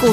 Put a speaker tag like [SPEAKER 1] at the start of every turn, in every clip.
[SPEAKER 1] 股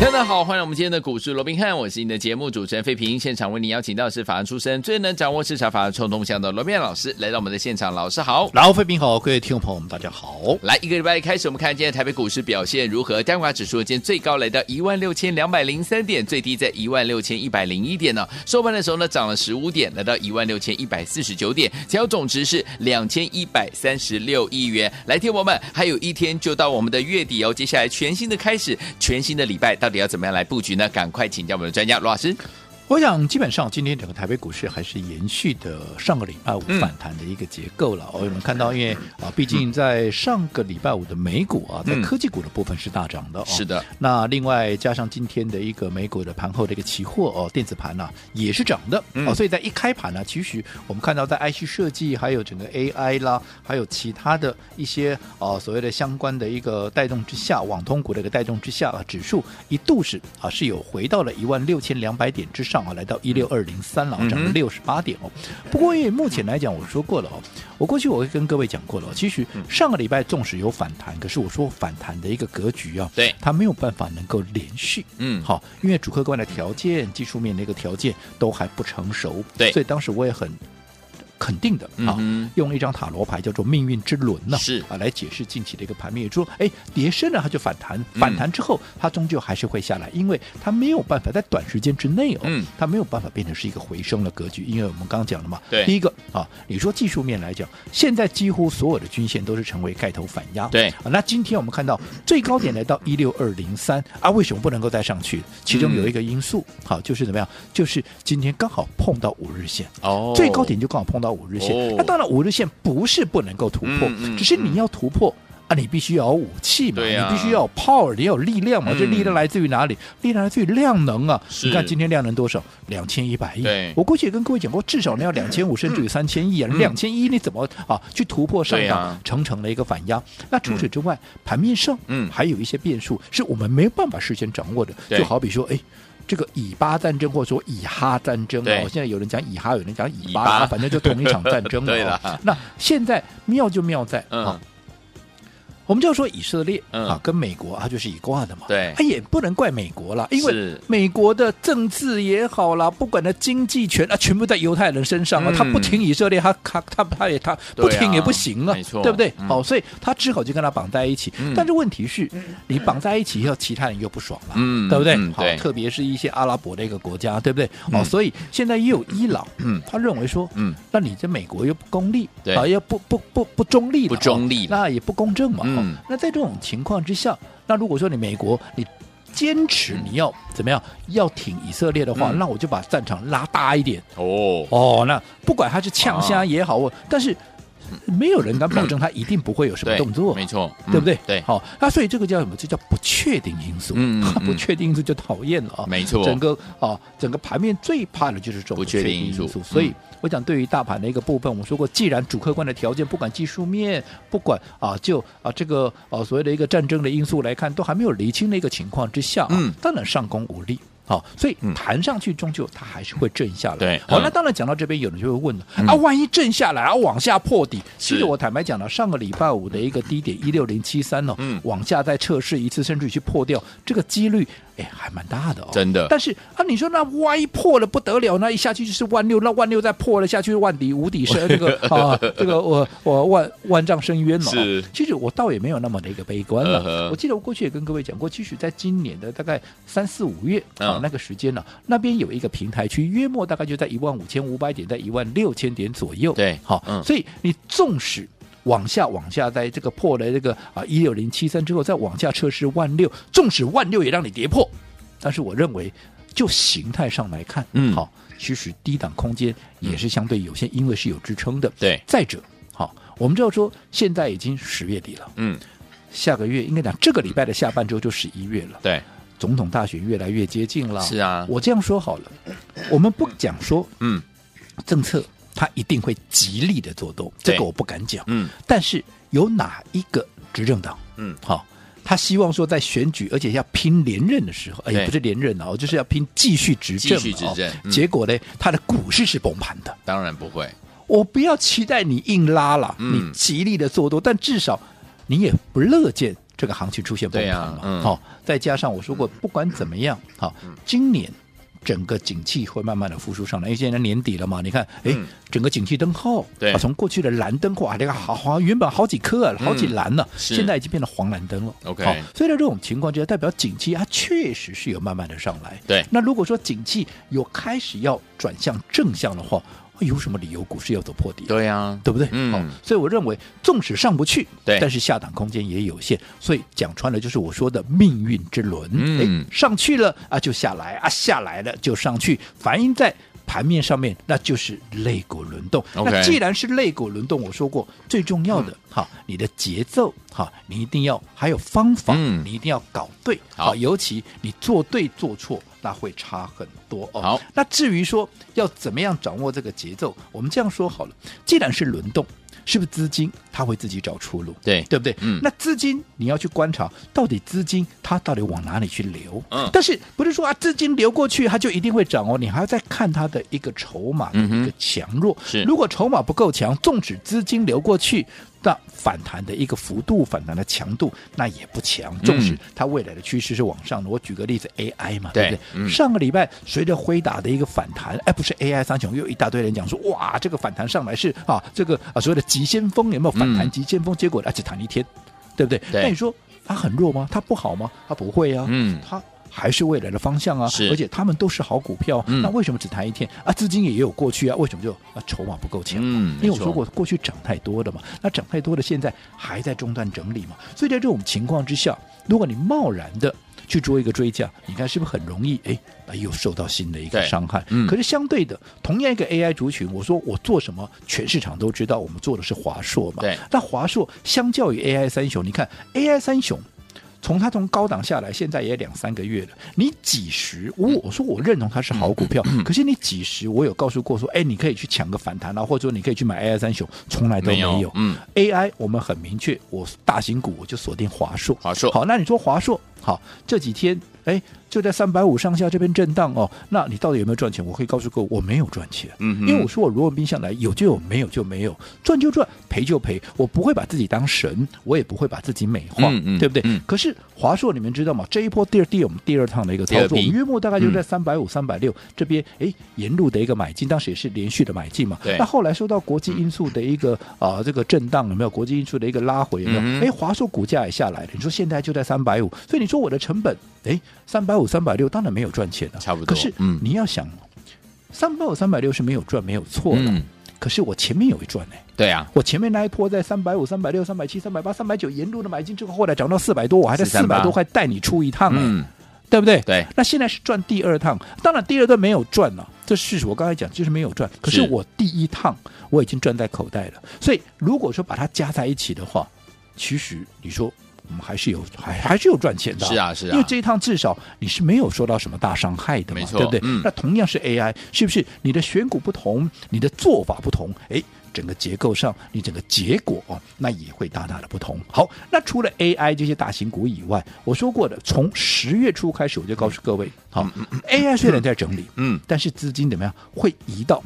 [SPEAKER 2] 大家好，欢迎我们今天的股市罗宾汉，我是你的节目主持人费平。现场为你邀请到的是法案出身、最能掌握市场法案冲动向的罗宾汉老师来到我们的现场，老师好。
[SPEAKER 3] 然后，费平好，各位听众朋友们，大家好。
[SPEAKER 2] 来，一个礼拜开始，我们看今天台北股市表现如何？加权指数今天最高来到一万六千两百零三点，最低在一万六千一百零一点呢、收盘的时候呢，涨了十五点，来到一万六千一百四十九点，成交总值是两千一百三十六亿元。来，听我们，还有一天就到我们的月底哦，接下来全新的开始，全新的礼拜，到底要怎么样来布局呢？赶快请教我们的专家罗老师。
[SPEAKER 3] 我想，基本上今天整个台北股市还是延续的上个礼拜五
[SPEAKER 2] 嗯
[SPEAKER 3] 反弹的一个结构了。哦，我们看到，因为啊，毕竟在上个礼拜五的美股啊，在
[SPEAKER 2] 嗯
[SPEAKER 3] 科技股的部分是大涨的。哦、
[SPEAKER 2] 是的，
[SPEAKER 3] 那另外加上今天的一个美股的盘后的一个期货哦，电子盘呢、也是涨的。
[SPEAKER 2] 嗯
[SPEAKER 3] 哦，所以在一开盘呢、其实我们看到在 IC 设计，还有整个 AI 啦，还有其他的一些哦所谓的相关的一个带动之下，网通股的一个带动之下啊，指数一度是啊是有回到了一万六千两百点之上啊，来到一六二零三了，啊
[SPEAKER 2] 嗯哼
[SPEAKER 3] 涨了六十八点哦。不过因为目前来讲，我说过了哦，我过去我会跟各位讲过了哦，其实
[SPEAKER 2] 嗯
[SPEAKER 3] 上个礼拜纵使有反弹，可是我说反弹的一个格局啊，
[SPEAKER 2] 对
[SPEAKER 3] 它没有办法能够连续。
[SPEAKER 2] 嗯，
[SPEAKER 3] 好，因为主客观的条件、技术面的一个条件都还不成熟，
[SPEAKER 2] 对
[SPEAKER 3] 所以当时我也很肯定的啊，
[SPEAKER 2] 嗯哼
[SPEAKER 3] 用一张塔罗牌叫做命运之轮呢、
[SPEAKER 2] 是
[SPEAKER 3] 啊，来解释近期的一个盘面，也就是说，哎，跌升了它就反弹，
[SPEAKER 2] 嗯
[SPEAKER 3] 反弹之后它终究还是会下来，因为它没有办法在短时间之内哦，
[SPEAKER 2] 嗯
[SPEAKER 3] 它没有办法变成是一个回升的格局，因为我们刚刚讲了嘛，
[SPEAKER 2] 对
[SPEAKER 3] 第一个啊，你说技术面来讲，现在几乎所有的均线都是成为盖头反压，
[SPEAKER 2] 对
[SPEAKER 3] 啊，那今天我们看到最高点来到一六二零三啊，为什么不能够再上去？其中有一个因素，好，就是怎么样？就是今天刚好碰到五日线，
[SPEAKER 2] 哦
[SPEAKER 3] 最高点就刚好碰到五日线。
[SPEAKER 2] 哦
[SPEAKER 3] 那当然，五日线不是不能够突破，
[SPEAKER 2] 嗯嗯
[SPEAKER 3] 只是你要突破。啊，你必须要有武器嘛，
[SPEAKER 2] 对啊
[SPEAKER 3] 你必须要有 power，你要有力量嘛。
[SPEAKER 2] 嗯
[SPEAKER 3] 这力量来自于哪里？力量来自于量能啊！
[SPEAKER 2] 是
[SPEAKER 3] 你看今天量能多少？两千一百亿
[SPEAKER 2] 对。嗯
[SPEAKER 3] 我过去也跟各位讲过，至少你要两千五，甚至于三千亿啊！两千一你怎么啊去突破上
[SPEAKER 2] 对
[SPEAKER 3] 档
[SPEAKER 2] 啊
[SPEAKER 3] 层层的一个反压？那除此之外，盘面上
[SPEAKER 2] 嗯
[SPEAKER 3] 还有一些变数是我们没有办法事先掌握的，
[SPEAKER 2] 对
[SPEAKER 3] 就好比说，哎。这个以巴战争，或者说以哈战争
[SPEAKER 2] 对
[SPEAKER 3] 哦，现在有人讲以哈，有人讲以
[SPEAKER 2] 以
[SPEAKER 3] 巴，
[SPEAKER 2] 巴
[SPEAKER 3] 啊反正 就同一场战争
[SPEAKER 2] 对
[SPEAKER 3] 了、
[SPEAKER 2] 啦
[SPEAKER 3] 哦。那现在妙就妙在啊、
[SPEAKER 2] 嗯
[SPEAKER 3] 我们就要说以色列、
[SPEAKER 2] 嗯
[SPEAKER 3] 啊，跟美国啊就是一挂的嘛，
[SPEAKER 2] 对
[SPEAKER 3] 它也不能怪美国啦，因为
[SPEAKER 2] 是
[SPEAKER 3] 美国的政治也好啦，不管的经济权啊，全部在犹太人身上啊，
[SPEAKER 2] 嗯
[SPEAKER 3] 他不听以色列，他他他他也他
[SPEAKER 2] 对啊
[SPEAKER 3] 不听也不行啊，
[SPEAKER 2] 没错
[SPEAKER 3] 对不对？
[SPEAKER 2] 嗯
[SPEAKER 3] 好，所以他只好就跟他绑在一起，
[SPEAKER 2] 嗯
[SPEAKER 3] 但是问题是，你绑在一起以后，其他人又不爽了，
[SPEAKER 2] 嗯
[SPEAKER 3] 对不对？
[SPEAKER 2] 嗯
[SPEAKER 3] 好
[SPEAKER 2] 对，
[SPEAKER 3] 特别是一些阿拉伯的一个国家，对不对？哦，所以现在又有伊朗，
[SPEAKER 2] 嗯
[SPEAKER 3] 他认为说，
[SPEAKER 2] 嗯，
[SPEAKER 3] 那你这美国又不公利，
[SPEAKER 2] 对
[SPEAKER 3] 啊，又不不不不中立了，
[SPEAKER 2] 不中立
[SPEAKER 3] 哦那也不公正嘛。
[SPEAKER 2] 嗯
[SPEAKER 3] 哦那在这种情况之下，那如果说你美国你。坚持你要怎么样？要挺以色列的话，
[SPEAKER 2] 嗯
[SPEAKER 3] 那我就把战场拉大一点
[SPEAKER 2] 哦，
[SPEAKER 3] 哦。那不管他是呛
[SPEAKER 2] 啊
[SPEAKER 3] 虾也好，我但是没有人敢保证他一定不会有什么
[SPEAKER 2] 对，
[SPEAKER 3] 动作嘛，
[SPEAKER 2] 没错，嗯
[SPEAKER 3] 对不对？
[SPEAKER 2] 对，
[SPEAKER 3] 好，那所以这个叫什么？这叫不确定因素。
[SPEAKER 2] 嗯嗯嗯
[SPEAKER 3] 不确定因素就讨厌了啊。
[SPEAKER 2] 没错
[SPEAKER 3] 整个啊，整个盘面最怕的就是这种
[SPEAKER 2] 不
[SPEAKER 3] 不
[SPEAKER 2] 确
[SPEAKER 3] 确
[SPEAKER 2] 定
[SPEAKER 3] 定
[SPEAKER 2] 因
[SPEAKER 3] 因
[SPEAKER 2] 素
[SPEAKER 3] 素。
[SPEAKER 2] 嗯
[SPEAKER 3] 所以我讲，对于大盘的一个部分，我们说过，既然主客观的条件，不管技术面，不管啊，就啊这个啊所谓的一个战争的因素来看，都还没有厘清的一个情况之下、啊，
[SPEAKER 2] 嗯
[SPEAKER 3] 当然上攻无力。好，所以
[SPEAKER 2] 嗯
[SPEAKER 3] 弹上去终究它还是会震下来。
[SPEAKER 2] 对
[SPEAKER 3] 好，
[SPEAKER 2] 嗯
[SPEAKER 3] 那当然讲到这边，有人就会问了、啊，万一震下来，啊往下破底，其
[SPEAKER 2] 是
[SPEAKER 3] 实我坦白讲了，上个礼拜五的一个低点一六零七三哦，
[SPEAKER 2] 嗯
[SPEAKER 3] 往下再测试一次，甚至于去破掉，这个几率哎还蛮大的哦。
[SPEAKER 2] 真的
[SPEAKER 3] 但是啊，你说那万一破了不得了，那一下去就是万六，那万六再破了下去，万底无底深，这 个啊，这个我我万万丈深渊了、哦。
[SPEAKER 2] 是
[SPEAKER 3] 其实我倒也没有那么的一个悲观了。
[SPEAKER 2] 嗯哼
[SPEAKER 3] 我记得我过去也跟各位讲过，其实在今年的大概三四五月啊、
[SPEAKER 2] 嗯
[SPEAKER 3] 那个时间呢、那边有一个平台区，约莫大概就在一万五千五百点，在一万六千点左右。
[SPEAKER 2] 对
[SPEAKER 3] 好，
[SPEAKER 2] 嗯
[SPEAKER 3] 所以你纵使往下往下，在这个破了这个啊一六零七三之后，再往下测试万六，纵使万六也让你跌破，但是我认为就形态上来看，
[SPEAKER 2] 嗯
[SPEAKER 3] 好，其实低档空间也是相对有限，因为是有支撑的。
[SPEAKER 2] 对
[SPEAKER 3] 再者，好，我们知道说现在已经十月底了，
[SPEAKER 2] 嗯，
[SPEAKER 3] 下个月应该讲这个礼拜的下半周就十一月了。
[SPEAKER 2] 对，
[SPEAKER 3] 总统大选越来越接近了，
[SPEAKER 2] 是啊
[SPEAKER 3] 我这样说好了，我们不讲说
[SPEAKER 2] 嗯，
[SPEAKER 3] 政策它一定会极力的做多，这
[SPEAKER 2] 对
[SPEAKER 3] 个我不敢讲。
[SPEAKER 2] 嗯
[SPEAKER 3] 但是有哪一个执政党，
[SPEAKER 2] 嗯
[SPEAKER 3] 好、他希望说在选举，而且要拼连任的时候，哎，
[SPEAKER 2] 对
[SPEAKER 3] 也不是连任哦，就是要拼继续执政嘛，
[SPEAKER 2] 继续执政
[SPEAKER 3] 哦
[SPEAKER 2] 嗯
[SPEAKER 3] 结果呢，他的股市是崩盘的。
[SPEAKER 2] 当然不会，
[SPEAKER 3] 我不要期待你硬拉了，
[SPEAKER 2] 嗯
[SPEAKER 3] 你极力的做多，但至少你也不乐见这个行情出现崩
[SPEAKER 2] 对
[SPEAKER 3] 盘
[SPEAKER 2] 啊
[SPEAKER 3] 嘛。好、
[SPEAKER 2] 嗯
[SPEAKER 3] 再加上我说过，不管怎么样，好、今年。整个景气会慢慢的复苏上来，因为现在年底了嘛，你看，哎
[SPEAKER 2] 嗯，
[SPEAKER 3] 整个景气灯号，
[SPEAKER 2] 对
[SPEAKER 3] 啊从过去的蓝灯，哇，这个好好，原本好几颗啊，
[SPEAKER 2] 嗯
[SPEAKER 3] 好几蓝呢，
[SPEAKER 2] 是
[SPEAKER 3] 现在已经变成黄蓝灯了。
[SPEAKER 2] OK
[SPEAKER 3] 好所以在这种情况之下，代表景气它确实是有慢慢的上来。
[SPEAKER 2] 对
[SPEAKER 3] 那如果说景气有开始要转向正向的话，哎有什么理由股市要走破底？啊
[SPEAKER 2] 对呀，
[SPEAKER 3] 对不对？
[SPEAKER 2] 嗯
[SPEAKER 3] 好所以我认为，纵使上不去，
[SPEAKER 2] 对
[SPEAKER 3] 但是下档空间也有限。所以讲穿了，就是我说的命运之轮。
[SPEAKER 2] 嗯
[SPEAKER 3] 诶上去了啊就下来啊，下来了就上去，反映在。盘面上面，那就是肋骨轮动。
[SPEAKER 2] OK 嗯
[SPEAKER 3] 那既然是肋骨轮动，我说过最重要的哈、你的节奏哈，你一定要还有方法，
[SPEAKER 2] 嗯
[SPEAKER 3] 你一定要搞对。
[SPEAKER 2] 好
[SPEAKER 3] 尤其你做对做错，那会差很多哦。
[SPEAKER 2] 好，
[SPEAKER 3] 那至于说要怎么样掌握这个节奏，我们这样说好了，既然是轮动，是不是资金它会自己找出路？
[SPEAKER 2] 对
[SPEAKER 3] 对不对？
[SPEAKER 2] 嗯
[SPEAKER 3] 那资金你要去观察，到底资金它到底往哪里去流？
[SPEAKER 2] 嗯
[SPEAKER 3] 但是不是说啊，资金流过去它就一定会涨哦？你还要再看它的一个筹码的
[SPEAKER 2] 嗯哼
[SPEAKER 3] 一个强弱。
[SPEAKER 2] 是
[SPEAKER 3] 如果筹码不够强，纵使资金流过去，那反弹的一个幅度、反弹的强度那也不强。纵使
[SPEAKER 2] 嗯
[SPEAKER 3] 它未来的趋势是往上的，我举个例子，AI 嘛，
[SPEAKER 2] 对
[SPEAKER 3] 对不对？
[SPEAKER 2] 嗯
[SPEAKER 3] 上个礼拜随着辉达的一个反弹，哎，不是 AI 三雄，又有一大堆人讲说，哇，这个反弹上来是啊，这个啊所谓的急先锋有没有反弹
[SPEAKER 2] 嗯
[SPEAKER 3] 急先锋？结果而且弹一天，对不对？
[SPEAKER 2] 对
[SPEAKER 3] 那你说它很弱吗？它不好吗？它不会啊，
[SPEAKER 2] 嗯
[SPEAKER 3] 它。还是未来的方向啊
[SPEAKER 2] 是，
[SPEAKER 3] 而且他们都是好股票啊，
[SPEAKER 2] 嗯
[SPEAKER 3] 那为什么只谈一天啊？资金也有过去啊，为什么就啊筹码不够强？
[SPEAKER 2] 嗯，
[SPEAKER 3] 因为
[SPEAKER 2] 没
[SPEAKER 3] 我
[SPEAKER 2] 错
[SPEAKER 3] 说过，过去涨太多了嘛，那涨太多的现在还在中段整理嘛，所以在这种情况之下，如果你贸然的去做一个追加，你看是不是很容易？哎，那又受到新的一个
[SPEAKER 2] 对
[SPEAKER 3] 伤害。
[SPEAKER 2] 嗯
[SPEAKER 3] 可是相对的，同样一个 AI 族群，我说我做什么，全市场都知道，我们做的是华硕嘛。
[SPEAKER 2] 对
[SPEAKER 3] 那华硕相较于 AI 三雄，你看 AI 三雄。从它从高档下来，现在也两三个月了。你几十，我我说我认同它是好股票，
[SPEAKER 2] 嗯
[SPEAKER 3] 可是你几十，我有告诉过说，哎，你可以去抢个反弹啊，或者说你可以去买 AI 三雄，从来都没有。
[SPEAKER 2] 没有嗯
[SPEAKER 3] AI 我们很明确，我大型股我就锁定华硕。
[SPEAKER 2] 华硕
[SPEAKER 3] 好，那你说华硕好这几天，哎，就在三百五上下这边震荡哦，那你到底有没有赚钱？我可以告诉各位，我没有赚钱。
[SPEAKER 2] 嗯哼
[SPEAKER 3] 因为我说我罗文斌向来有就有，没有就没有，赚就赚，赔就赔，我不会把自己当神，我也不会把自己美化，
[SPEAKER 2] 嗯嗯
[SPEAKER 3] 对不对？
[SPEAKER 2] 嗯
[SPEAKER 3] 可是华硕你们知道吗？这一波第二第我们第二趟的一个操
[SPEAKER 2] 第二
[SPEAKER 3] 作，我
[SPEAKER 2] 批
[SPEAKER 3] 们约莫大概就
[SPEAKER 2] 嗯
[SPEAKER 3] 在三百五、三百六这边，哎，沿路的一个买进，当时也是连续的买进嘛。
[SPEAKER 2] 对
[SPEAKER 3] 那后来受到国际因素的一个啊、这个震荡有没有？国际因素的一个拉回有没有？
[SPEAKER 2] 嗯哼
[SPEAKER 3] 哎、华硕股价也下来了，你说现在就在三百五，所以你说我的成本，哎，三百五、三百六，当然没有赚钱了、
[SPEAKER 2] 差不多
[SPEAKER 3] 可是，
[SPEAKER 2] 嗯
[SPEAKER 3] 你要想，三百五、三百六是没有赚，没有错的。
[SPEAKER 2] 嗯
[SPEAKER 3] 可是我前面有一赚呢、
[SPEAKER 2] 对啊，
[SPEAKER 3] 我前面那一波在三百五、三百六、三百七、三百八、三百九沿路的买进，这个后来涨到四百多，我还在四
[SPEAKER 2] 430
[SPEAKER 3] 百多块带你出一趟、哎
[SPEAKER 2] 嗯，
[SPEAKER 3] 对不对？
[SPEAKER 2] 对，
[SPEAKER 3] 那现在是赚第二趟，当然第二段没有赚了、这是我刚才讲，就是没有赚。可是
[SPEAKER 2] 是
[SPEAKER 3] 我第一趟我已经赚在口袋了，所以如果说把它加在一起的话，其实你说我们还是有还还是有赚钱的、
[SPEAKER 2] 是啊是啊
[SPEAKER 3] 因为这一趟至少你是没有受到什么大伤害的嘛，
[SPEAKER 2] 没错
[SPEAKER 3] 对不对？
[SPEAKER 2] 嗯
[SPEAKER 3] 那同样是 AI，是不是你的选股不同，你的做法不同，哎。整个结构上，你整个结果哦，那也会大大的不同。好，那除了 AI 这些大型股以外，我说过的，从十月初开始，我就告诉各位，好、a i 虽然在整理，
[SPEAKER 2] 嗯，
[SPEAKER 3] 但是资金怎么样会移到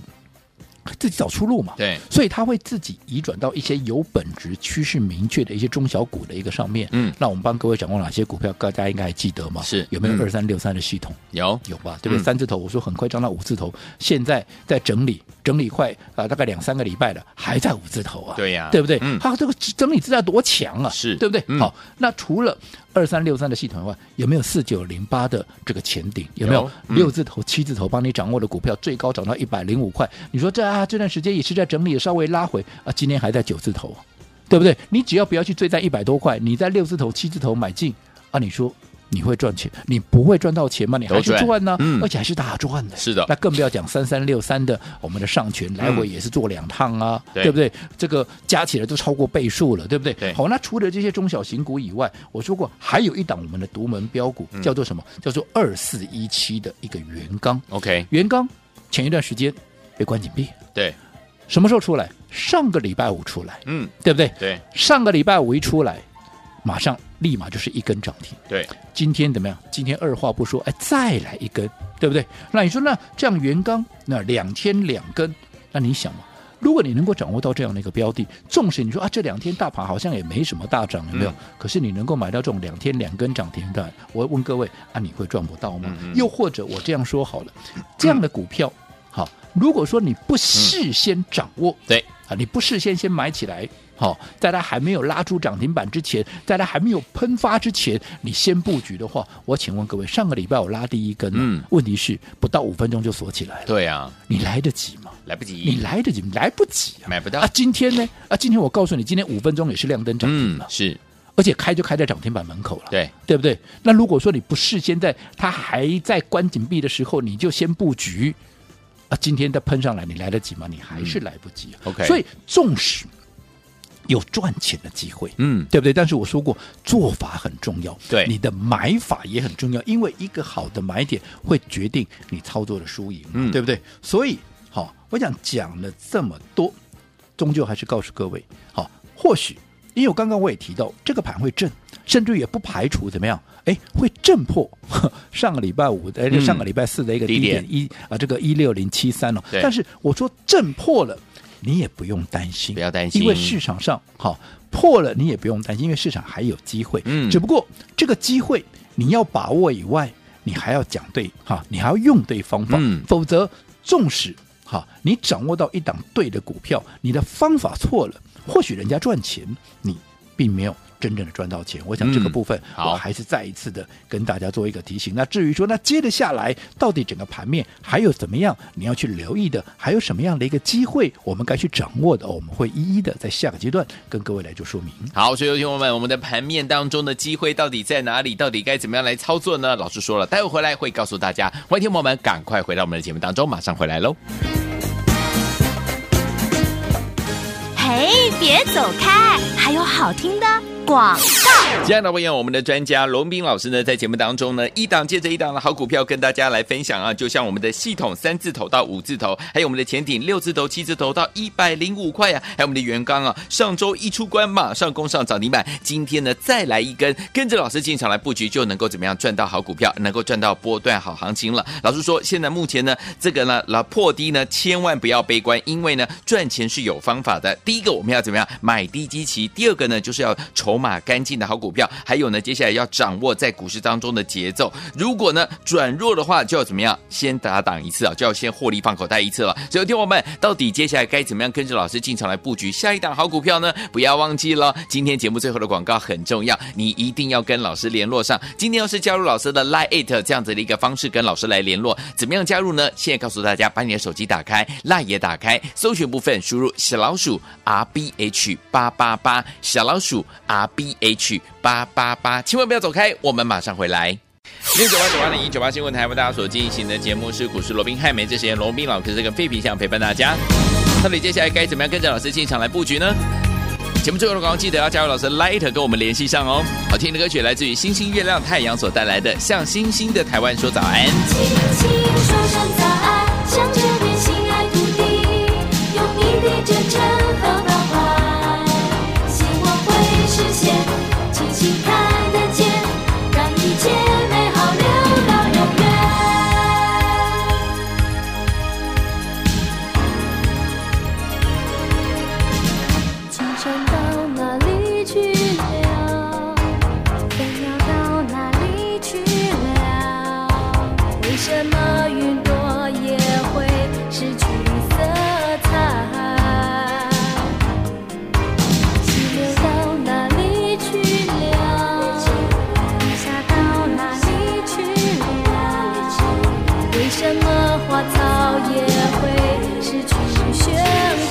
[SPEAKER 3] 自己找出路嘛？
[SPEAKER 2] 对
[SPEAKER 3] 所以它会自己移转到一些有本质、趋势明确的一些中小股的一个上面。
[SPEAKER 2] 嗯
[SPEAKER 3] 那我们帮各位掌握哪些股票，大家应该还记得嘛？
[SPEAKER 2] 是
[SPEAKER 3] 有没有
[SPEAKER 2] 嗯
[SPEAKER 3] 二三六三的系统？
[SPEAKER 2] 有
[SPEAKER 3] 有吧，对不对？
[SPEAKER 2] 嗯
[SPEAKER 3] 三字头，我说很快涨到五字头，现在在整理，整理快啊、大概两三个礼拜了，还在五字头啊，
[SPEAKER 2] 对呀
[SPEAKER 3] 对不对？
[SPEAKER 2] 嗯
[SPEAKER 3] 它这个整理资料多强啊，
[SPEAKER 2] 是
[SPEAKER 3] 对不对？
[SPEAKER 2] 嗯
[SPEAKER 3] 好，那除了二三六三的系统以外，有没有四九零八的这个前顶？有没有
[SPEAKER 2] 有嗯
[SPEAKER 3] 六字头、七字头帮你掌握的股票，最高涨到一百零五块？你说这啊，这段时间也是在整理，稍微拉回啊，今天还在九字头啊，对不对？你只要不要去追在一百多块，你在六字头、七字头买进啊，你说。你会赚钱，你不会赚到钱吗？你还是
[SPEAKER 2] 都赚
[SPEAKER 3] 赚呢、
[SPEAKER 2] 嗯
[SPEAKER 3] 而且还是大赚的。
[SPEAKER 2] 是的
[SPEAKER 3] 那更不要讲三三六三的我们的上权来回也是做两趟啊，
[SPEAKER 2] 嗯对
[SPEAKER 3] 对不对？这个加起来都超过倍数了，对不对？
[SPEAKER 2] 对
[SPEAKER 3] 好，那除了这些中小型股以外，我说过还有一档我们的独门标股、
[SPEAKER 2] 嗯
[SPEAKER 3] 叫做什么？叫做二四一七的一个元刚。
[SPEAKER 2] OK，
[SPEAKER 3] 元刚前一段时间被关紧闭，
[SPEAKER 2] 对，
[SPEAKER 3] 什么时候出来？上个礼拜五出来，
[SPEAKER 2] 嗯，
[SPEAKER 3] 对不对？
[SPEAKER 2] 对
[SPEAKER 3] 上个礼拜五一出来，马上立马就是一根涨停。
[SPEAKER 2] 对，
[SPEAKER 3] 今天怎么样？今天二话不说，哎，再来一根，对不对？那你说，那这样元刚那两天两根，那你想嘛？如果你能够掌握到这样的一个标的，纵使你说啊，这两天大盘好像也没什么大涨，有没有？
[SPEAKER 2] 嗯
[SPEAKER 3] 可是你能够买到这种两天两根涨停的，我问各位啊，你会赚不到吗？
[SPEAKER 2] 嗯嗯
[SPEAKER 3] 又或者我这样说好了，这样的股票，好，如果说你不事先掌握，
[SPEAKER 2] 对
[SPEAKER 3] 啊，你不事先先买起来，好、在它还没有拉出涨停板之前，在它还没有喷发之前，你先布局的话，我请问各位，上个礼拜我拉第一根、
[SPEAKER 2] 嗯
[SPEAKER 3] 嗯，问题是不到五分钟就锁起来了，
[SPEAKER 2] 对啊，
[SPEAKER 3] 你来得及吗？
[SPEAKER 2] 来不及
[SPEAKER 3] 你，来得及吗？来不及啊！
[SPEAKER 2] 买不到
[SPEAKER 3] 啊，，今天呢？啊，今天我告诉你，今天五分钟也是亮灯涨停
[SPEAKER 2] 嗯
[SPEAKER 3] 了，，
[SPEAKER 2] 是，
[SPEAKER 3] 而且开就开在涨停板门口了。
[SPEAKER 2] 对，
[SPEAKER 3] 对不对？那如果说你不事先在它还在关紧闭的时候，你就先布局啊，今天再喷上来，你来得及吗？你还是来不及、啊
[SPEAKER 2] OK
[SPEAKER 3] 所以纵使有赚钱的机会。
[SPEAKER 2] 嗯，
[SPEAKER 3] 对不对？但是我说过，做法很重要，
[SPEAKER 2] 对
[SPEAKER 3] 你的买法也很重要，因为一个好的买点会决定你操作的输赢嘛，
[SPEAKER 2] 嗯
[SPEAKER 3] 对不对？所以，好、我想讲了这么多，终究还是告诉各位，好、或许因为我刚刚我也提到，这个盘会震，甚至也不排除怎么样，哎，会震破呵上个礼拜五的、哎
[SPEAKER 2] 嗯
[SPEAKER 3] 上个礼拜四的一个
[SPEAKER 2] 低
[SPEAKER 3] 低
[SPEAKER 2] 点
[SPEAKER 3] 点一啊、这个一六零七三哦，
[SPEAKER 2] 对
[SPEAKER 3] 但是我说震破了，你也不用担心，
[SPEAKER 2] 不要担心
[SPEAKER 3] 因为市场上好、破了，你也不用担心，因为市场还有机会。
[SPEAKER 2] 嗯
[SPEAKER 3] 只不过这个机会你要把握以外，你还要讲对哈、你还要用对方法，
[SPEAKER 2] 嗯
[SPEAKER 3] 否则纵使哈、你掌握到一档对的股票，你的方法错了，或许人家赚钱，你并没有。真正的赚到钱，我想这个
[SPEAKER 2] 嗯
[SPEAKER 3] 部分
[SPEAKER 2] 好
[SPEAKER 3] 我还是再一次的跟大家做一个提醒。那至于说，那接着下来到底整个盘面还有怎么样，你要去留意的，还有什么样的一个机会，我们该去掌握的，我们会一一的在下个阶段跟各位来做说明。
[SPEAKER 2] 好，所以有听众朋友们，我们的盘面当中的机会到底在哪里？到底该怎么样来操作呢？老师说了，待会回来会告诉大家。欢迎听众朋友们赶快回到我们的节目当中，马上回来喽。
[SPEAKER 1] 嘿，别走开，还有好听的广。
[SPEAKER 2] 亲爱的朋友我们的专家龙斌老师呢，在节目当中呢，一档接着一档的好股票跟大家来分享啊，就像我们的系统三字头到五字头，还有我们的前顶六字头、七字头到一百零五块呀、还有我们的元刚啊，上周一出关马上攻上涨停板，今天呢再来一根，跟着老师进场来布局，就能够怎么样赚到好股票，能够赚到波段好行情了。老师说，现在目前呢，这个呢老破低呢，千万不要悲观，因为呢赚钱是有方法的。第一个我们要怎么样买低基期，第二个呢就是要筹码干净的好股票，还有呢接下来要掌握在股市当中的节奏。如果呢转弱的话，就要怎么样？先打档一次啊，就要先获利放口袋一次了。所以，听我们到底接下来该怎么样跟着老师进场来布局下一档好股票呢？不要忘记了，今天节目最后的广告很重要，你一定要跟老师联络上。今天要是加入老师的 Line It 这样子的一个方式跟老师来联络，怎么样加入呢？现在告诉大家，把你的手机打开，Line 也打开，搜寻部分输入小老鼠 R B H 八八八，小老鼠 R B H 八八八，千万不要走开，我们马上回来。六九八九八零一九八新闻台为大家所进行的节目是股市罗宾汉梅，这时间罗宾老师这个废品想陪伴大家。到底接下来该怎么样跟着老师进场来布局呢？节目最后的广告记得要加入老师 Light 跟我们联系上哦。好听的歌曲来自于星星、月亮、太阳所带来的《向星星的台湾说早安》。
[SPEAKER 4] 轻轻说声早安，向着你心爱土地，用你的真诚和关怀，希望会实现，清晰看得见，让一切美好留到永远。青春到哪里去了？飞鸟到哪里去了？为什么云朵也会失去色彩？溪流到哪里去了？雨下到哪里去了？为什么花草也会失去喧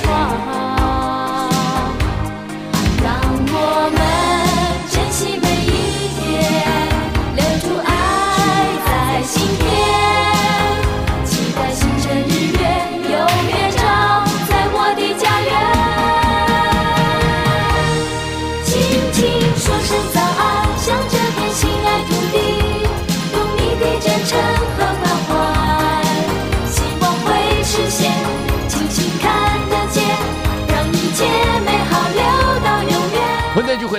[SPEAKER 4] 哗？让我们珍惜每一天，留住爱在心田，期待星辰日月永远照在我的家园。轻轻说声早安，向着天心爱土地，用你的真诚和关怀，希望会实现，轻轻看得见。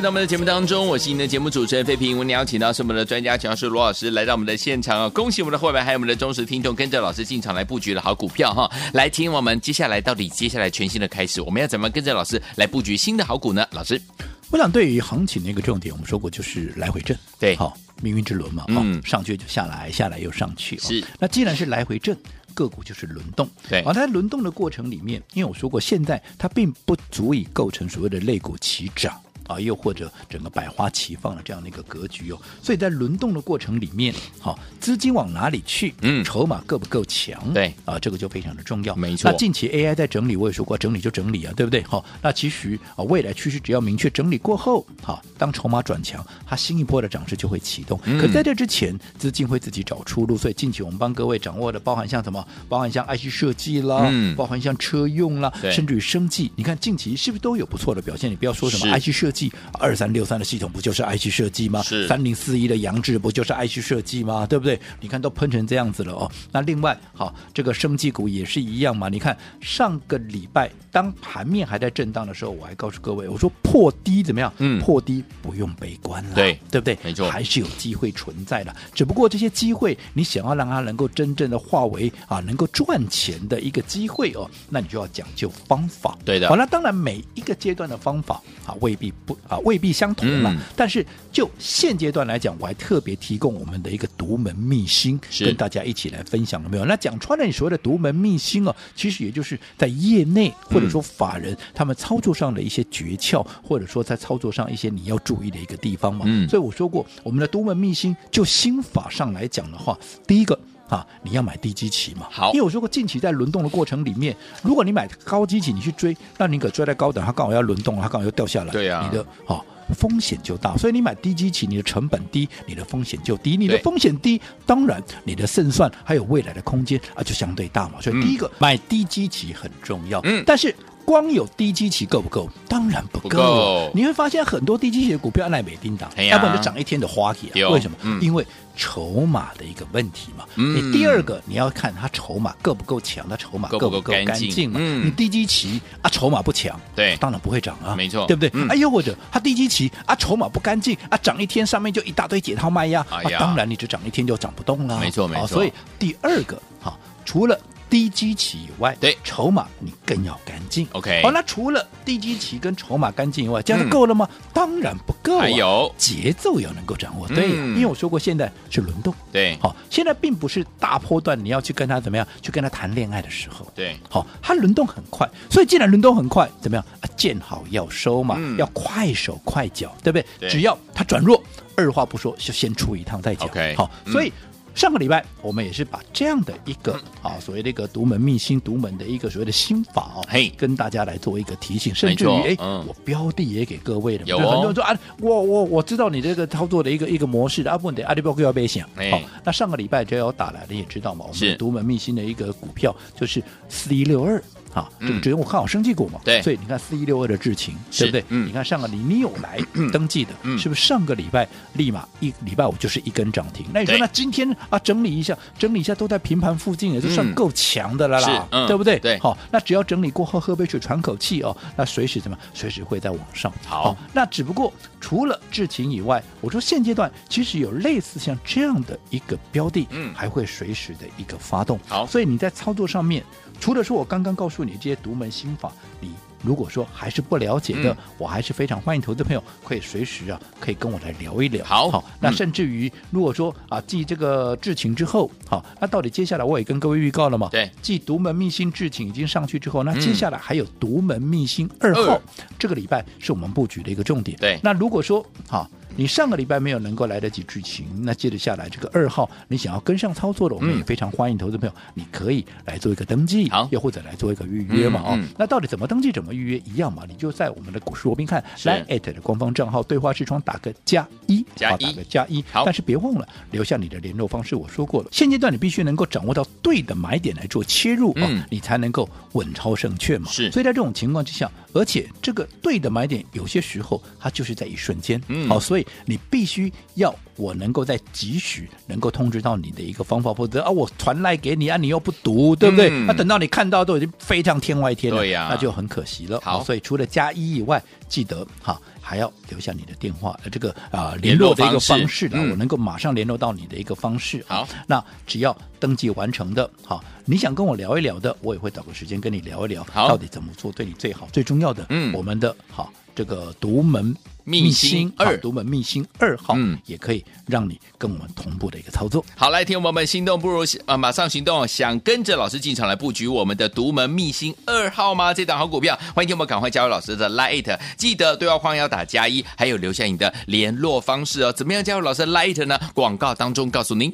[SPEAKER 2] 到我们的节目当中，我是您的节目主持人费平。我们邀请到是我们的专家讲师罗老师来到我们的现场啊，恭喜我们的伙伴还有我们的忠实听众跟着老师进场来布局的好股票哈。来，听我们接下来到底接下来全新的开始，我们要怎么跟着老师来布局新的好股呢？老师，
[SPEAKER 3] 我想对于行情的一个重点，我们说过就是来回震，
[SPEAKER 2] 对
[SPEAKER 3] 好、命运之轮嘛，
[SPEAKER 2] 嗯
[SPEAKER 3] 哦，上去就下来，下来又上去，哦
[SPEAKER 2] 是
[SPEAKER 3] 那既然是来回震。个股就是轮动，哦
[SPEAKER 2] 对
[SPEAKER 3] 而、它在轮动的过程里面，因为我说过，现在它并不足以构成所谓的类股齐涨啊，又或者整个百花齐放的这样的一个格局哦，所以在轮动的过程里面，好、资金往哪里去，
[SPEAKER 2] 嗯
[SPEAKER 3] 筹码够不够强，
[SPEAKER 2] 对
[SPEAKER 3] 啊，这个就非常的重要，
[SPEAKER 2] 没错
[SPEAKER 3] 那近期 AI 在整理，我也说过，整理就整理啊，对不对？好、那其实啊，未来趋势只要明确整理过后，好、当筹码转强，它新一波的涨势就会启动。
[SPEAKER 2] 嗯
[SPEAKER 3] 可在这之前，资金会自己找出路，所以近期我们帮各位掌握的，包含像什么，包含像 IC 设计啦，
[SPEAKER 2] 嗯
[SPEAKER 3] 包含像车用啦
[SPEAKER 2] 对，
[SPEAKER 3] 甚至于生技，你看近期是不是都有不错的表现？你不要说什么 IC 设计，二三六三的系统不就是 IC 设计吗？
[SPEAKER 2] 是
[SPEAKER 3] 三零四一的杨志不就是 IC 设计吗？对不对？你看都喷成这样子了哦。那另外，好，这个生技股也是一样嘛。你看上个礼拜当盘面还在震荡的时候，我还告诉各位，我说破低怎么样？
[SPEAKER 2] 嗯
[SPEAKER 3] 破低不用悲观了，
[SPEAKER 2] 对
[SPEAKER 3] 对不对？
[SPEAKER 2] 没错
[SPEAKER 3] 还是有机会存在的。只不过这些机会，你想要让它能够真正的化为啊能够赚钱的一个机会哦，那你就要讲究方法。
[SPEAKER 2] 对的
[SPEAKER 3] 好，那当然每一个阶段的方法啊未必不啊未必相同了。
[SPEAKER 2] 嗯
[SPEAKER 3] 但是就现阶段来讲，我还特别提供我们的一个独门秘辛，
[SPEAKER 2] 是
[SPEAKER 3] 跟大家一起来分享了没有？那讲穿了，你所谓的独门秘辛哦，其实也就是在业内或者说法
[SPEAKER 2] 嗯
[SPEAKER 3] 人、他们操作上的一些诀窍，或者说在操作上一些你要注意的一个地方嘛。
[SPEAKER 2] 嗯
[SPEAKER 3] 所以我说过，我们的独门秘辛，就心法上来讲的话，第一个。啊，你要买低基期嘛？
[SPEAKER 2] 好
[SPEAKER 3] 因为我说过，近期在轮动的过程里面，如果你买高基期，你去追，那你可追在高档，它刚好要轮动，它刚好又掉下来，
[SPEAKER 2] 对啊呀
[SPEAKER 3] 你的哦。风险就大，所以你买低基期，你的成本低，你的风险就低，你的
[SPEAKER 2] 对
[SPEAKER 3] 风险低，当然你的胜算还有未来的空间啊就相对大嘛。所以
[SPEAKER 2] 嗯
[SPEAKER 3] 第一个、买低基期很重要，
[SPEAKER 2] 嗯
[SPEAKER 3] 但是光有低基期够不够？当然不够。
[SPEAKER 2] 不够
[SPEAKER 3] 你会发现很多低基期的股票耐美叮当，
[SPEAKER 2] 哎呀
[SPEAKER 3] 要不然就涨一天的花期、
[SPEAKER 2] 对
[SPEAKER 3] 啊，
[SPEAKER 2] 哦
[SPEAKER 3] 为什么？
[SPEAKER 2] 嗯
[SPEAKER 3] 因为筹码的一个问题嘛。
[SPEAKER 2] 嗯
[SPEAKER 3] 你第二个你要看它筹码够不够强，它筹码
[SPEAKER 2] 够
[SPEAKER 3] 够
[SPEAKER 2] 不
[SPEAKER 3] 不
[SPEAKER 2] 够
[SPEAKER 3] 够
[SPEAKER 2] 干净
[SPEAKER 3] 干净嘛。
[SPEAKER 2] 嗯
[SPEAKER 3] 你低基期啊，筹码不强，
[SPEAKER 2] 对
[SPEAKER 3] 当然不会涨啊，
[SPEAKER 2] 没错
[SPEAKER 3] 对不对？
[SPEAKER 2] 嗯
[SPEAKER 3] 哎，又或者它低基期啊，筹码不干净啊，涨一天上面就一大堆解套卖压，
[SPEAKER 2] 哎
[SPEAKER 3] 啊
[SPEAKER 2] 呀
[SPEAKER 3] 当然你只涨一天就涨不动了，
[SPEAKER 2] 没错没
[SPEAKER 3] 好
[SPEAKER 2] 错
[SPEAKER 3] 所以第二个好，除了低基期以外，
[SPEAKER 2] 对
[SPEAKER 3] 筹码你更要干净。哦
[SPEAKER 2] OK
[SPEAKER 3] 好，那除了低基期跟筹码干净以外，这
[SPEAKER 2] 嗯
[SPEAKER 3] 样就够了吗？当然不够、啊，
[SPEAKER 2] 还有
[SPEAKER 3] 节奏要能够掌握。对，
[SPEAKER 2] 嗯
[SPEAKER 3] 因为我说过，现在是轮动。
[SPEAKER 2] 对
[SPEAKER 3] 好，现在并不是大波段，你要去跟他怎么样，去跟他谈恋爱的时候。
[SPEAKER 2] 对
[SPEAKER 3] 好，它轮动很快，所以既然轮动很快，怎么样啊？见好要收嘛，
[SPEAKER 2] 嗯
[SPEAKER 3] 要快手快脚，对不对？
[SPEAKER 2] 对
[SPEAKER 3] 只要它转弱，二话不说就先出一趟再讲。
[SPEAKER 2] OK，
[SPEAKER 3] 好，
[SPEAKER 2] 嗯
[SPEAKER 3] 所以。上个礼拜，我们也是把这样的一个
[SPEAKER 2] 嗯
[SPEAKER 3] 啊，所谓的一个独门秘辛、独门的一个所谓的心法哦
[SPEAKER 2] 嘿，
[SPEAKER 3] 跟大家来做一个提醒，甚
[SPEAKER 2] 没
[SPEAKER 3] 至于
[SPEAKER 2] 错
[SPEAKER 3] 哎，
[SPEAKER 2] 嗯
[SPEAKER 3] 我标的也给各位了嘛，
[SPEAKER 2] 有
[SPEAKER 3] 就很
[SPEAKER 2] 哦
[SPEAKER 3] 多人说啊，我我我知道你这个操作的一个一个模式的，啊，不对，阿里不要被想。
[SPEAKER 2] 哎
[SPEAKER 3] 好，那上个礼拜 JL 打来的也知道嘛，我
[SPEAKER 2] 是
[SPEAKER 3] 们独门秘辛的一个股票就是四一六二啊，
[SPEAKER 2] 嗯
[SPEAKER 3] 这个只有我看好生技股嘛，
[SPEAKER 2] 对
[SPEAKER 3] 所以你看四一六二的智勤，
[SPEAKER 2] 是
[SPEAKER 3] 对不对？
[SPEAKER 2] 嗯
[SPEAKER 3] 你看上个礼你有来登记的
[SPEAKER 2] 嗯，
[SPEAKER 3] 是不是上个礼拜立马一礼拜五就是一根涨停？那你说
[SPEAKER 2] 对
[SPEAKER 3] 那今天啊整理一下，整理一下都在平盘附近，也就算
[SPEAKER 2] 嗯
[SPEAKER 3] 够强的了
[SPEAKER 2] 是
[SPEAKER 3] 啦，
[SPEAKER 2] 嗯
[SPEAKER 3] 对不对？
[SPEAKER 2] 对
[SPEAKER 3] 好，那只要整理过后喝杯水喘口气哦，那随时怎么样随时会再往上。
[SPEAKER 2] 好
[SPEAKER 3] 那只不过除了智勤以外，我说现阶段其实有类似像这样的一个标的，
[SPEAKER 2] 嗯
[SPEAKER 3] 还会随时的一个发动。
[SPEAKER 2] 好
[SPEAKER 3] 所以你在操作上面，除了说我刚刚告诉你这些独门心法，你如果说还是不了解的，
[SPEAKER 2] 嗯
[SPEAKER 3] 我还是非常欢迎投资朋友可以随时啊，可以跟我来聊一聊。
[SPEAKER 2] 好
[SPEAKER 3] 好，那
[SPEAKER 2] 嗯
[SPEAKER 3] 甚至于如果说啊，继这个智勤之后，好，那到底接下来我也跟各位预告了嘛？
[SPEAKER 2] 对，
[SPEAKER 3] 继独门秘辛智勤已经上去之后，那
[SPEAKER 2] 嗯
[SPEAKER 3] 接下来还有独门秘辛二号，
[SPEAKER 2] 二
[SPEAKER 3] 这个礼拜是我们布局的一个重点。
[SPEAKER 2] 对
[SPEAKER 3] 那如果说好。你上个礼拜没有能够来得及知情，那接着下来这个二号，你想要跟上操作的，我们
[SPEAKER 2] 嗯
[SPEAKER 3] 也非常欢迎投资朋友，你可以来做一个登记
[SPEAKER 2] 好，
[SPEAKER 3] 又或者来做一个预约嘛，哦，
[SPEAKER 2] 嗯嗯
[SPEAKER 3] 那到底怎么登记、怎么预约一样嘛？你就在我们的股市罗宾汉
[SPEAKER 2] 是
[SPEAKER 3] Line at 的官方账号对话视窗打个加一，
[SPEAKER 2] 加
[SPEAKER 3] 好
[SPEAKER 2] 一
[SPEAKER 3] 打个加一，
[SPEAKER 2] 好
[SPEAKER 3] 但是别忘了留下你的联络方式，我说过了，现阶段你必须能够掌握到对的买点来做切入啊、
[SPEAKER 2] 嗯
[SPEAKER 3] 你才能够稳操胜券嘛。
[SPEAKER 2] 是
[SPEAKER 3] 所以在这种情况之下，而且这个对的买点有些时候它就是在一瞬间，
[SPEAKER 2] 嗯
[SPEAKER 3] 好、所以你必须要我能够在及时能够通知到你的一个方法，否则啊我传来给你啊你又不读，对不对？
[SPEAKER 2] 嗯
[SPEAKER 3] 那、等到你看到都已经飞上天外天了，
[SPEAKER 2] 对呀
[SPEAKER 3] 那就很可惜了。
[SPEAKER 2] 好
[SPEAKER 3] 所以除了加一以外，记得哈，还要留下你的电话，呃，这个啊、
[SPEAKER 2] 联
[SPEAKER 3] 联
[SPEAKER 2] 络
[SPEAKER 3] 络的一个
[SPEAKER 2] 方式
[SPEAKER 3] 方式的，
[SPEAKER 2] 嗯
[SPEAKER 3] 我能够马上联络到你的一个方式。啊
[SPEAKER 2] 好，
[SPEAKER 3] 那只要登记完成的，好，你想跟我聊一聊的，我也会找个时间跟你聊一聊，
[SPEAKER 2] 好
[SPEAKER 3] 到底怎么做对你最好。最重要的，
[SPEAKER 2] 嗯
[SPEAKER 3] 我们的好这个独门
[SPEAKER 2] 秘辛二
[SPEAKER 3] 好独门秘辛二号，
[SPEAKER 2] 嗯
[SPEAKER 3] 也可以让你跟我们同步的一个操作。
[SPEAKER 2] 好，来，听众朋友们，心动不如啊，马上行动！想跟着老师进场来布局我们的独门秘辛二号吗？这档好股票，欢迎听我们赶快加入老师的 Light，记得对话框要打加一，还有留下你的联络方式哦。怎么样加入老师的 Light 呢？广告当中告诉您。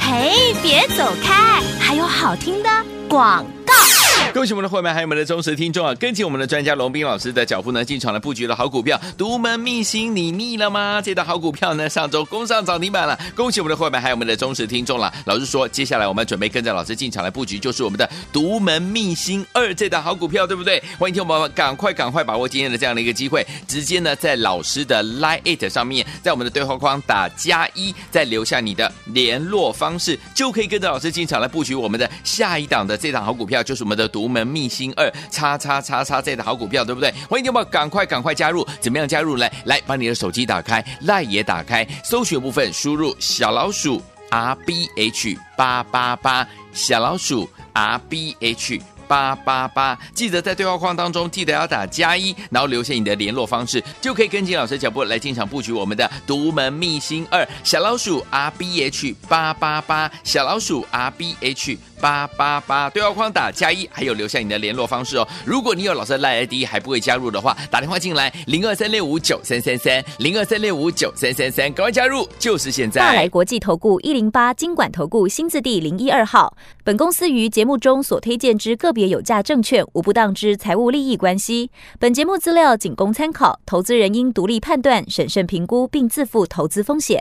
[SPEAKER 1] 嘿，别走开，还有好听的广告。
[SPEAKER 2] 恭喜我们的会员，还有我们的忠实听众啊！跟紧我们的专家龙斌老师的脚步呢，进场来布局了好股票，独门秘辛，你腻了吗？这档好股票呢，上周攻上涨停板了。恭喜我们的会员，还有我们的忠实听众了。老师说，接下来我们准备跟着老师进场来布局，就是我们的独门秘辛二这档好股票，对不对？欢迎听我们赶快赶快把握今天的这样的一个机会，直接呢在老师的 Line It 上面，在我们的对话框打加一，再留下你的联络方式，就可以跟着老师进场来布局我们的下一档的这档好股票，就是我们的独门秘辛二叉叉叉叉这档好股票，对不对？欢迎听众朋友赶快赶快加入，怎么样加入呢？来，把你的手机打开，Line 也打开，搜寻部分输入小老鼠 R B H 八八八，小老鼠 R B H。八八八，记得在对话框当中记得要打加一，然后留下你的联络方式，就可以跟进老师的脚步来进场布局我们的独门秘辛二小老鼠 R B H 八八八，小老鼠 R B H 八八八，对话框打加一，还有留下你的联络方式哦。如果你有老师的赖 ID 还不会加入的话，打电话进来零二三六五九三三三零二三六五九三三三，赶快加入，就是现
[SPEAKER 5] 大
[SPEAKER 2] 在
[SPEAKER 5] 来。国际投顾一零八金管投顾新字第零一二号。本公司于节目中所推荐之个别有价证券，无不当之财务利益关系。本节目资料仅供参考，投资人应独立判断、审慎评估，并自负投资风险。